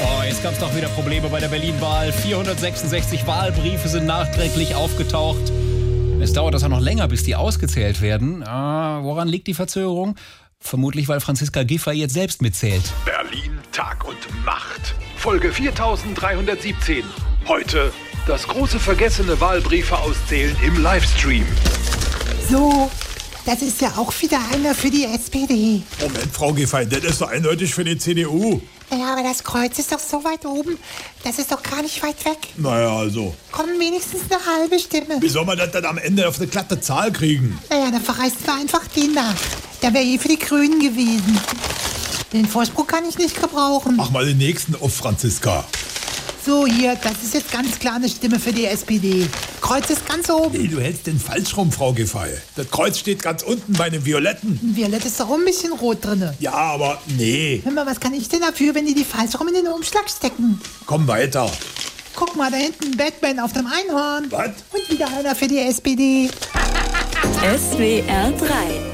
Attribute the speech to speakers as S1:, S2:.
S1: Wahlkreis gab es Oh, doch wieder Probleme bei der Berlin-Wahl. 466 Wahlbriefe sind nachträglich aufgetaucht. Es dauert also noch länger, bis die ausgezählt werden. Ah, woran liegt die Verzögerung? Vermutlich, weil Franziska Giffey jetzt selbst mitzählt.
S2: Berlin Tag und Nacht. Folge 4317. Heute das große vergessene Wahlbriefe auszählen im Livestream.
S3: So, das ist ja auch wieder einer für die SPD.
S4: Moment, Frau Giffey, das ist doch eindeutig für die CDU.
S3: Ja, aber das Kreuz ist doch so weit oben. Das ist doch gar nicht weit weg.
S4: Naja, also,
S3: Kommen wenigstens eine halbe Stimme.
S4: wie soll man das dann am Ende auf eine glatte Zahl kriegen?
S3: Naja, dann verreist wir einfach den da. Der wäre eh für die Grünen gewesen. Den Vorsprung kann ich nicht gebrauchen.
S4: Mach mal den nächsten auf, Franziska.
S3: So, hier, das ist jetzt ganz klar eine Stimme für die SPD. Kreuz ist ganz oben.
S4: Nee, du hältst den falsch rum, Frau Giffey. Das Kreuz steht ganz unten bei dem Violetten.
S3: Violett ist doch auch ein bisschen rot drinne.
S4: Ja, aber nee.
S3: Hör mal, was kann ich denn dafür, wenn die die falsch rum in den Umschlag stecken?
S4: Komm weiter.
S3: Guck mal, da hinten Batman auf dem Einhorn.
S4: Was?
S3: Und wieder einer für die SPD.
S5: SWR 3